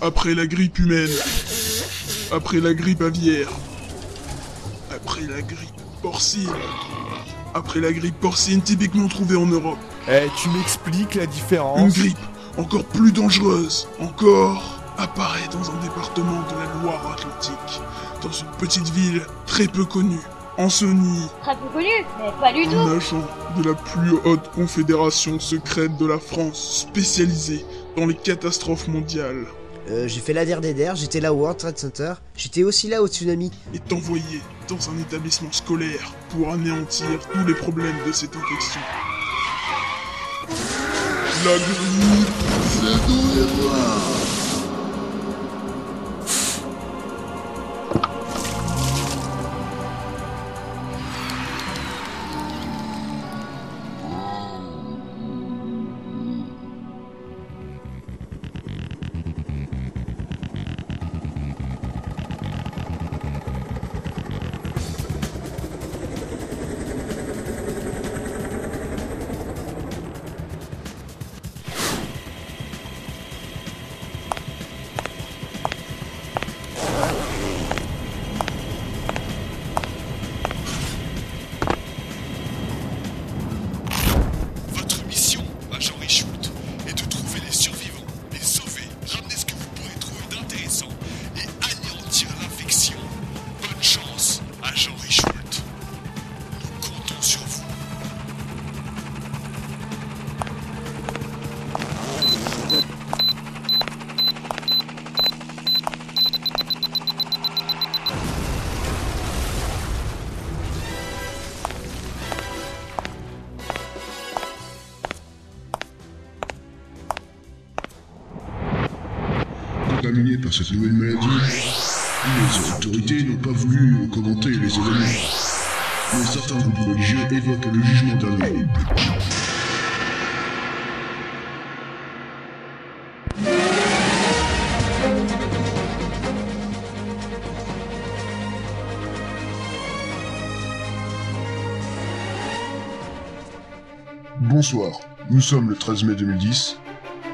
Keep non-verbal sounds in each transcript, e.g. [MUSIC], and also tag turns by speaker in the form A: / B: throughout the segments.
A: Après la grippe humaine. Après la grippe aviaire. Après la grippe porcine. Après la grippe porcine typiquement trouvée en Europe.
B: Eh, tu m'expliques la différence
A: Une grippe encore plus dangereuse, encore apparaît dans un département de la Loire-Atlantique, dans une petite ville très peu connue, Ancenis,
C: Très peu connu, mais pas du tout.
A: un agent de la plus haute confédération secrète de la France spécialisée dans les catastrophes mondiales,
D: Euh, j'ai fait la DRDR, j'étais là au World Trade Center, j'étais aussi là au tsunami.
A: est envoyé dans un établissement scolaire pour anéantir tous les problèmes de cette infection. La grippe, c'est dans les bras.
E: Votre mission, agent Richoult, est de trouver les survivants, les sauver, ramener ce que vous pourrez trouver d'intéressant et anéantir l'infection. Bonne chance, agent Richoult. Nous comptons sur vous.
F: Contaminés par cette nouvelle maladie, les autorités n'ont pas voulu commenter les événements. Mais certains groupes religieux évoquent le jugement dernier. Bonsoir, nous sommes le 13 mai 2010,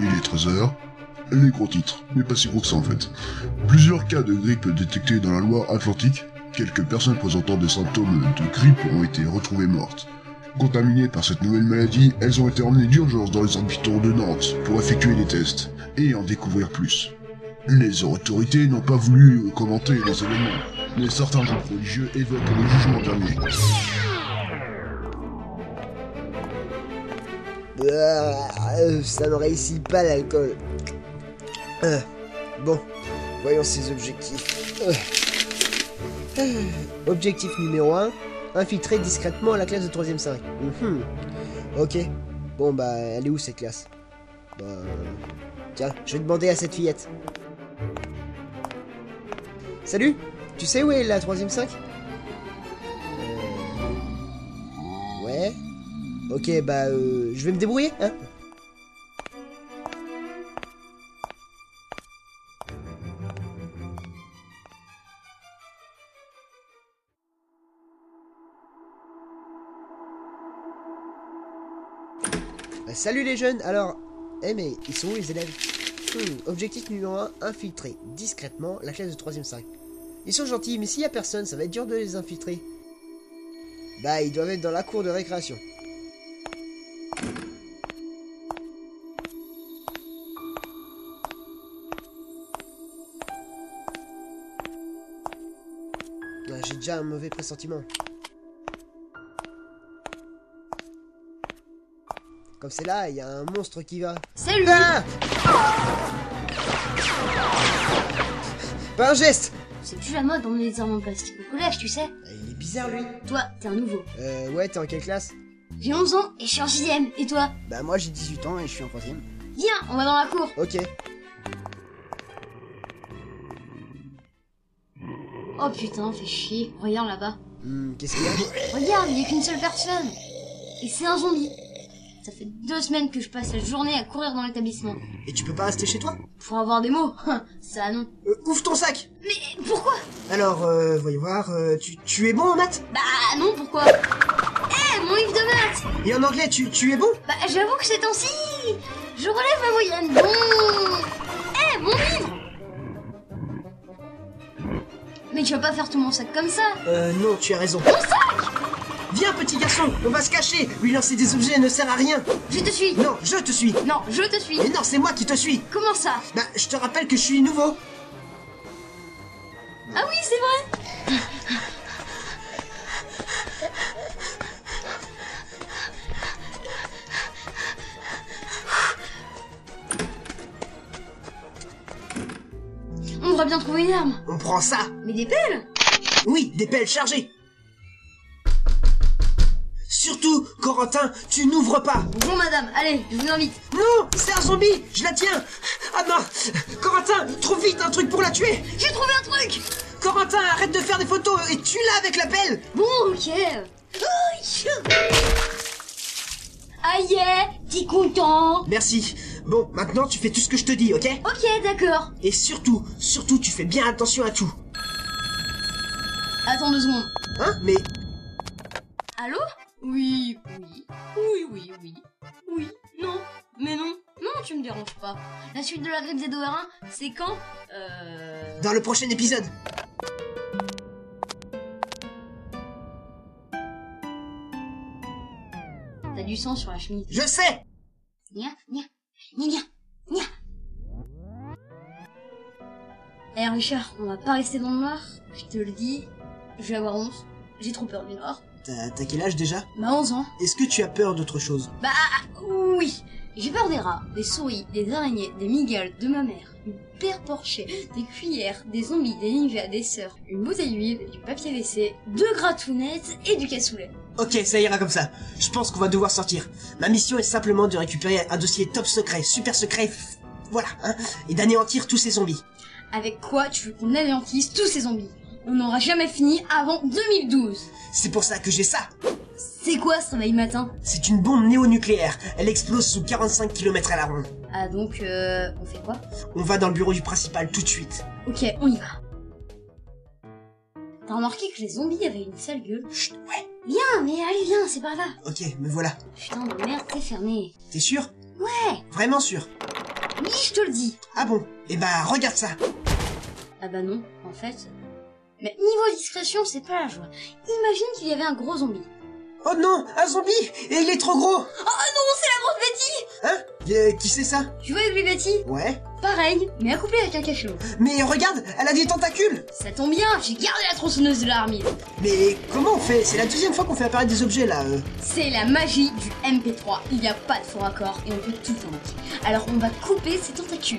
F: il est 13h, les gros titres, mais pas si gros que ça en fait. Plusieurs cas de grippe détectés dans la Loire-Atlantique, quelques personnes présentant des symptômes de grippe ont été retrouvées mortes. Contaminées par cette nouvelle maladie, elles ont été emmenées d'urgence dans les hôpitaux de Nantes pour effectuer des tests et en découvrir plus. Les autorités n'ont pas voulu commenter les événements, mais certains groupes religieux évoquent le jugement dernier.
D: Euh, ça ne réussit pas l'alcool. Euh, bon, voyons ses objectifs. Euh. Euh, Objectif numéro 1, infiltrer discrètement la classe de 3ème 5. Mhm. Ok, bon bah elle est où cette classe Bah... Tiens, je vais demander à cette fillette. Salut Tu sais où est la 3ème 5 Euh, Ouais Ok, bah, euh, je vais me débrouiller, hein Bah, Salut les jeunes, alors... Eh mais, ils sont où les élèves Hmm, Objectif numéro 1, infiltrer discrètement la classe de 3ème 5. Ils sont gentils, mais s'il y a personne, ça va être dur de les infiltrer. Bah, ils doivent être dans la cour de récréation. Ah, J'ai déjà un mauvais pressentiment. Comme c'est là, il y a un monstre qui va.
C: Salut
D: Ah Pas un geste
C: C'est plus la mode d'emmener des armes en plastique au collège, tu sais.
D: Ah, Il est bizarre lui.
C: Toi, t'es un nouveau.
D: Euh, ouais, t'es en quelle classe
C: J'ai 11 ans et je suis en JDM. Et toi
D: Bah moi j'ai 18 ans et je suis en troisième.
C: Viens, on va dans la cour.
D: Ok.
C: Oh putain, fais chier. Regarde là-bas.
D: Hmm, qu'est-ce qu'il y a
C: Regarde, il y a qu'une seule personne. Et c'est un zombie. Ça fait deux semaines que je passe la journée à courir dans l'établissement.
G: Et tu peux pas rester chez toi
C: Pour avoir des mots. [LAUGHS] Ça, non.
G: Euh, Ouvre ton sac
C: Mais pourquoi
G: Alors, euh, voyons voir, euh, tu, tu es bon en maths
C: Bah non, pourquoi Eh, mon livre de maths
G: Et en anglais, tu, tu es bon
C: Bah, j'avoue que ces temps-ci, je relève ma moyenne. Bon. Eh, mon livre Mais tu vas pas faire tout mon sac comme ça
D: Euh, non, tu as raison. Viens, petit garçon, on va se cacher. Lui lancer des objets ne sert à rien.
C: Je te suis
D: Non, je te suis.
C: Non, je te suis
D: Mais non, c'est moi qui te suis.
C: Comment ça
D: Bah, je te rappelle que je suis nouveau.
C: Ah oui, c'est vrai On devrait bien trouver une arme.
D: On prend ça.
C: Mais des pelles
D: Oui, des pelles chargées. Surtout, Corentin, tu n'ouvres pas.
C: Bonjour madame, allez, je vous invite.
D: Non, c'est un zombie, je la tiens. Ah non, Corentin, trouve vite un truc pour la tuer.
C: J'ai trouvé un truc
D: Corentin, arrête de faire des photos et tue-la avec la pelle.
C: Bon, ok. Aïe Aïe, t'es content
D: Merci. Bon, maintenant tu fais tout ce que je te dis, ok
C: Ok, d'accord.
D: Et surtout, surtout, tu fais bien attention à tout.
C: Attends deux secondes.
D: Hein Mais
C: Allô Oui, oui, oui, oui, oui, oui, non, mais non, non, tu me déranges pas. La suite de la grippe des Doérins, c'est quand Euh...
D: dans le prochain épisode.
C: T'as du sang sur la chemise.
D: Je sais
C: Nia, nia, nia, nia, nia. Eh Richard, on va pas rester dans le noir, je te le dis, je vais avoir 11, j'ai trop peur du noir.
D: T'as t'as quel âge déjà
C: Bah 11 ans
D: Est-ce que tu as peur d'autre chose
C: Bah oui J'ai peur des rats, des souris, des araignées, des migales, de ma mère, du père porché, des cuillères, des zombies, des ninjas, des sœurs, une bouteille d'huile, du papier WC, deux gratounettes et du cassoulet.
D: Ok, ça ira comme ça. Je pense qu'on va devoir sortir. Ma mission est simplement de récupérer un dossier top secret, super secret, f- voilà, hein, et d'anéantir tous ces zombies.
C: Avec quoi tu veux qu'on anéantisse tous ces zombies On n'aura jamais fini avant 2012
D: C'est pour ça que j'ai ça
C: C'est quoi ce réveil matin
D: C'est une bombe néonucléaire. Elle explose sous 45 km à la ronde.
C: Ah donc, euh, on fait quoi
D: On va dans le bureau du principal tout de suite.
C: Ok, on y va. T'as remarqué que les zombies avaient une sale gueule
D: Chut, ouais,
C: Bien, mais allez, viens, c'est par là
D: ok, me voilà.
C: Putain de merde, t'es fermé.
D: T'es sûr
C: Ouais
D: Vraiment sûr
C: Oui, je te le dis
D: Ah bon Eh bah, regarde ça
C: Ah bah non, en fait. Mais niveau discrétion, c'est pas la joie. Imagine qu'il y avait un gros zombie.
D: Oh non, un zombie Et il est trop
C: Oh
D: gros
C: non, c'est la grosse Betty
D: Hein Euh, Qui c'est ça
C: Tu vois les Betty
D: Ouais.
C: Pareil, mais accouplée avec un cachot.
D: Mais regarde, elle a des tentacules
C: Ça tombe bien, j'ai gardé la tronçonneuse de l'armée.
D: Mais comment on fait C'est la deuxième fois qu'on fait apparaître des objets là. euh.
C: C'est la magie du MP3. Il n'y a pas de faux raccord et on peut tout indiquer. Alors on va couper ses tentacules.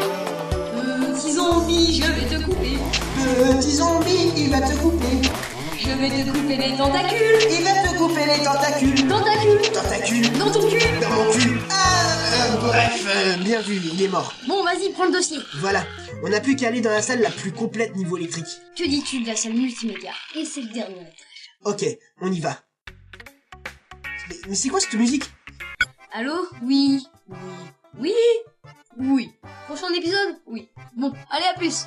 C: Petit zombie, je vais te couper.
D: Petit zombie, il va te couper.
C: Je vais te couper les tentacules.
D: Il va te couper les tentacules.
C: Tentacules
D: Tentacules.
C: dans ton cul.
D: Dans mon cul. Ah, euh, bref, euh, bien vu, il est mort.
C: Bon, vas-y, prends le dossier.
D: Voilà, on n'a plus qu'à aller dans la salle la plus complète niveau électrique.
C: Que dis-tu de la salle multimédia Et c'est le dernier étage.
D: Ok, on y va. Mais, mais c'est quoi cette musique
C: Allô Oui. Oui. Oui Oui. Prochain épisode Oui. Bon, allez, à plus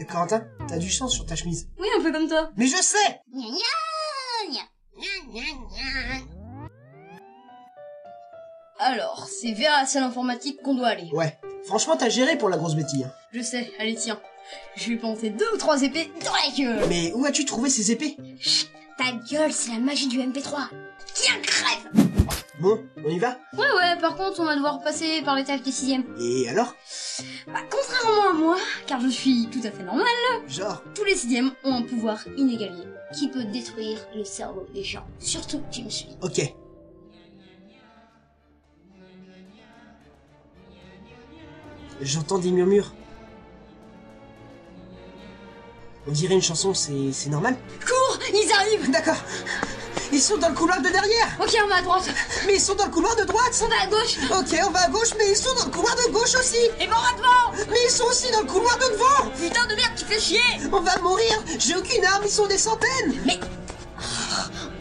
D: Euh, Corentin, t'as du sang sur ta chemise.
C: Oui, un peu comme toi.
D: Mais je sais
C: Gna, gna, gna. Gna, gna, gna. Alors, c'est vers la salle informatique qu'on doit aller.
D: Ouais, franchement t'as géré pour la grosse bêtise. hein.
C: Je sais, allez, tiens. Je vais planter deux ou trois épées dans la gueule
D: Mais où as-tu trouvé ces épées
C: Ta gueule, c'est la magie du MP3 Tiens, crève
D: Bon, on y va
C: Ouais, ouais, par contre, on va devoir passer par l'étage des sixièmes.
D: Et alors
C: Bah, contrairement à moi, car je suis tout à fait normal,
D: Genre
C: Tous les sixièmes ont un pouvoir inégalé qui peut détruire le cerveau des gens. Surtout que tu me suis.
D: Ok. J'entends des murmures. On dirait une chanson, c'est c'est normal
C: Cours Ils arrivent
D: D'accord Ils sont dans le couloir de derrière
C: Ok, on va à droite.
D: Mais ils sont dans le couloir de droite
C: On va à gauche.
D: Ok, on va à gauche, mais ils sont dans le couloir de gauche aussi
C: Et bon, à devant
D: Mais ils sont aussi dans le couloir de devant
C: Putain de merde, tu fais chier
D: On va mourir J'ai aucune arme, ils sont des centaines
C: Mais...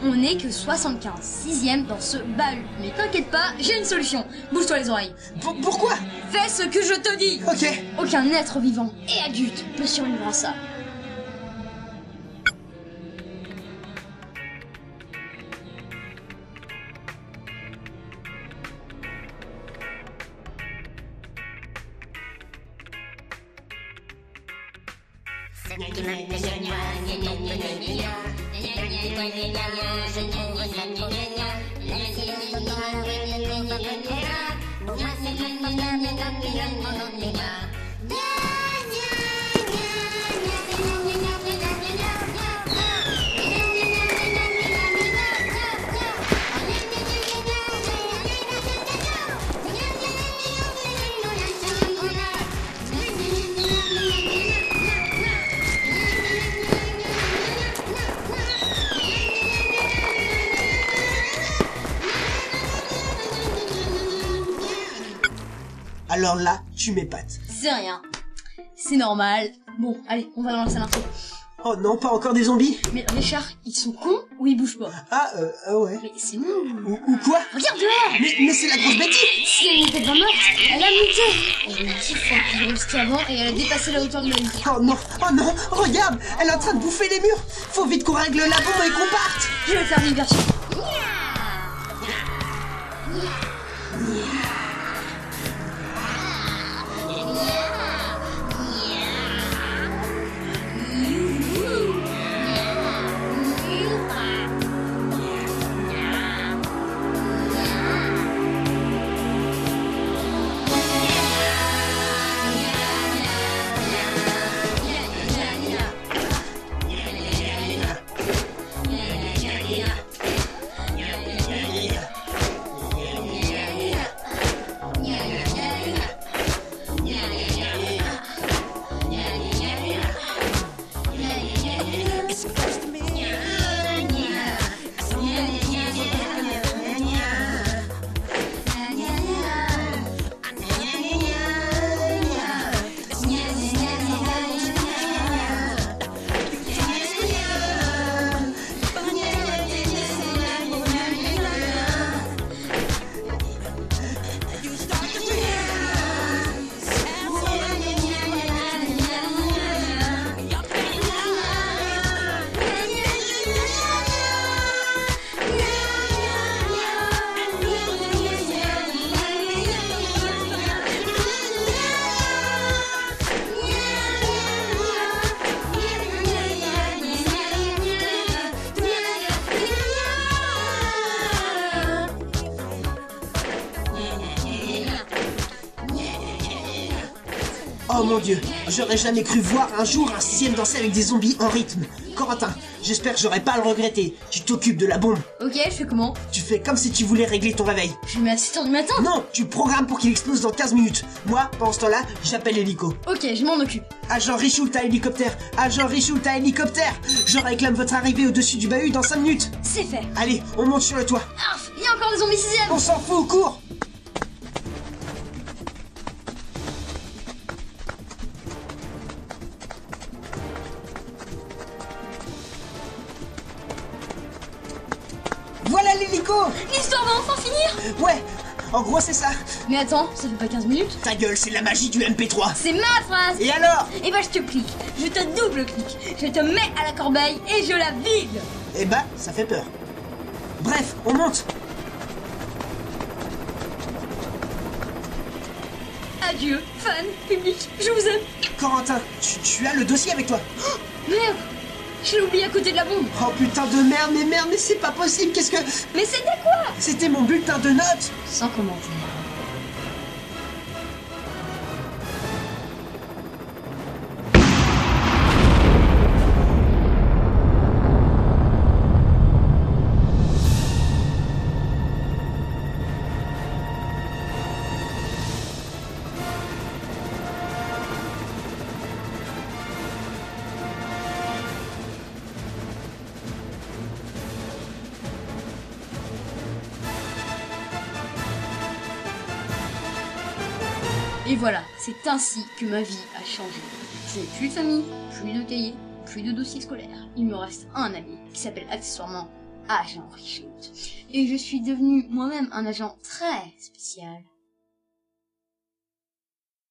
C: On n'est que 75 sixièmes dans ce bahut. Mais t'inquiète pas, j'ai une solution. Bouge-toi les oreilles.
D: Pour- Pourquoi
C: Fais ce que je te dis
D: Ok.
C: Aucun être vivant et adulte peut survivre à ça.
D: Alors là, tu m'épates.
C: C'est rien. C'est normal. Bon, allez, on va dans la salle info.
D: Oh non, pas encore des zombies
C: Mais Richard, ils sont cons ou ils bougent pas
D: Ah, euh, ah ouais.
C: Mais c'est nous.
D: Ou, ou quoi
C: Regarde dehors
D: Mais, mais c'est la grosse bêtise
C: Si elle n'était pas morte, elle a muté Elle a muté fois plus grosse qu'avant et elle a dépassé la hauteur de l'œil.
D: Oh non, oh non, regarde Elle est en train de bouffer les murs Faut vite qu'on règle la bombe et qu'on parte
C: Je vais faire une version.
D: Oh mon dieu, j'aurais jamais cru voir un jour un sixième danser avec des zombies en rythme. Corentin, j'espère que j'aurai pas à le regretter. Tu t'occupes de la bombe.
C: Ok, je fais comment
D: Tu fais comme si tu voulais régler ton réveil.
C: Je mets à 6h du matin
D: Non, tu programmes pour qu'il explose dans 15 minutes. Moi, pendant ce temps-là, j'appelle l'hélico.
C: Ok, je m'en occupe.
D: Agent Richoult à hélicoptère Agent Richoult à hélicoptère Je réclame votre arrivée au-dessus du bahut dans 5 minutes
C: C'est fait.
D: Allez, on monte sur le toit
C: Arf Il y a encore des zombies 6
D: On s'en fout, cours Voilà l'hélico
C: L'histoire va enfin finir
D: Ouais, en gros c'est ça
C: Mais attends, ça fait pas 15 minutes
D: Ta gueule, c'est la magie du MP3
C: C'est ma phrase
D: Et alors
C: Et bah je te clique, je te double clique, je te mets à la corbeille et je la vide
D: Eh bah, ça fait peur. Bref, on monte
C: Adieu, fans, public, je vous aime
D: Corentin, tu, tu as le dossier avec toi
C: Merde Je l'ai oublié à côté de la bombe
D: Oh putain de merde, mais merde, mais c'est pas possible, qu'est-ce que...
C: Mais c'était quoi
D: C'était mon bulletin de notes
C: Sans commentaire. Et voilà, c'est ainsi que ma vie a changé. Je n'ai plus de famille, plus de cahier, plus de dossier scolaire. Il me reste un ami qui s'appelle accessoirement Agent Richard. Et je suis devenu moi-même un agent très spécial.